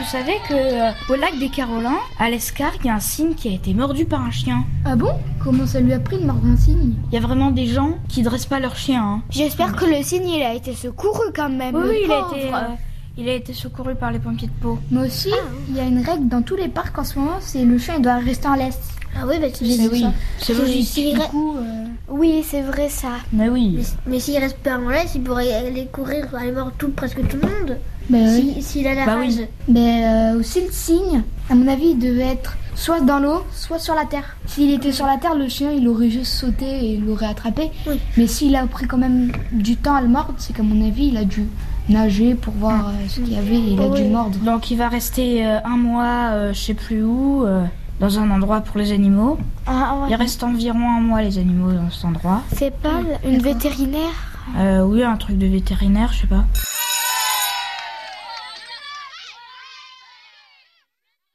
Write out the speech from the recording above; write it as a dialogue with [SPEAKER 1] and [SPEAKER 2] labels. [SPEAKER 1] Vous savez que euh, au lac des Carolins, à l'Escar, il y a un cygne qui a été mordu par un chien.
[SPEAKER 2] Ah bon Comment ça lui a pris de mordre un cygne
[SPEAKER 1] Il y a vraiment des gens qui dressent pas leur chien. hein.
[SPEAKER 3] J'espère que le cygne il a été secouru quand même.
[SPEAKER 1] Oui,
[SPEAKER 3] le
[SPEAKER 1] oui, il a
[SPEAKER 3] pauvre.
[SPEAKER 1] été, euh, Ah, il a été secouru par les pompiers de peau.
[SPEAKER 2] Moi aussi, il y a une règle dans tous les parcs en ce moment, c'est le chien il doit rester en laisse.
[SPEAKER 3] Ah oui, bah, tu
[SPEAKER 2] Mais
[SPEAKER 3] sais
[SPEAKER 2] oui.
[SPEAKER 3] ça.
[SPEAKER 1] C'est
[SPEAKER 2] Du
[SPEAKER 3] logique.
[SPEAKER 2] coup, euh,
[SPEAKER 3] Oui, c'est vrai ça.
[SPEAKER 1] Mais oui.
[SPEAKER 4] Mais s'il reste pas en laisse, il pourrait aller courir, aller voir tout, presque tout le monde.
[SPEAKER 2] bah oui.
[SPEAKER 4] Si- S'il a la
[SPEAKER 1] Bah
[SPEAKER 4] rage.
[SPEAKER 1] oui.
[SPEAKER 2] Mais euh, aussi le cygne, à mon avis, il devait être soit dans l'eau, soit sur la terre. S'il était sur la terre, le chien, il aurait juste sauté et il l'aurait attrapé.
[SPEAKER 4] Oui.
[SPEAKER 2] Mais s'il a pris quand même du temps à le mordre, c'est qu'à mon avis, il a dû nager pour voir euh, ce qu'il y avait et il a
[SPEAKER 4] Oui.
[SPEAKER 2] dû mordre.
[SPEAKER 1] Donc il va rester euh, un mois, euh, je sais plus où, euh, dans un endroit pour les animaux.
[SPEAKER 3] Ah, ouais.
[SPEAKER 1] Il reste environ un mois les animaux dans cet endroit.
[SPEAKER 3] C'est pas une vétérinaire
[SPEAKER 1] Euh, oui, un truc de vétérinaire, je sais pas.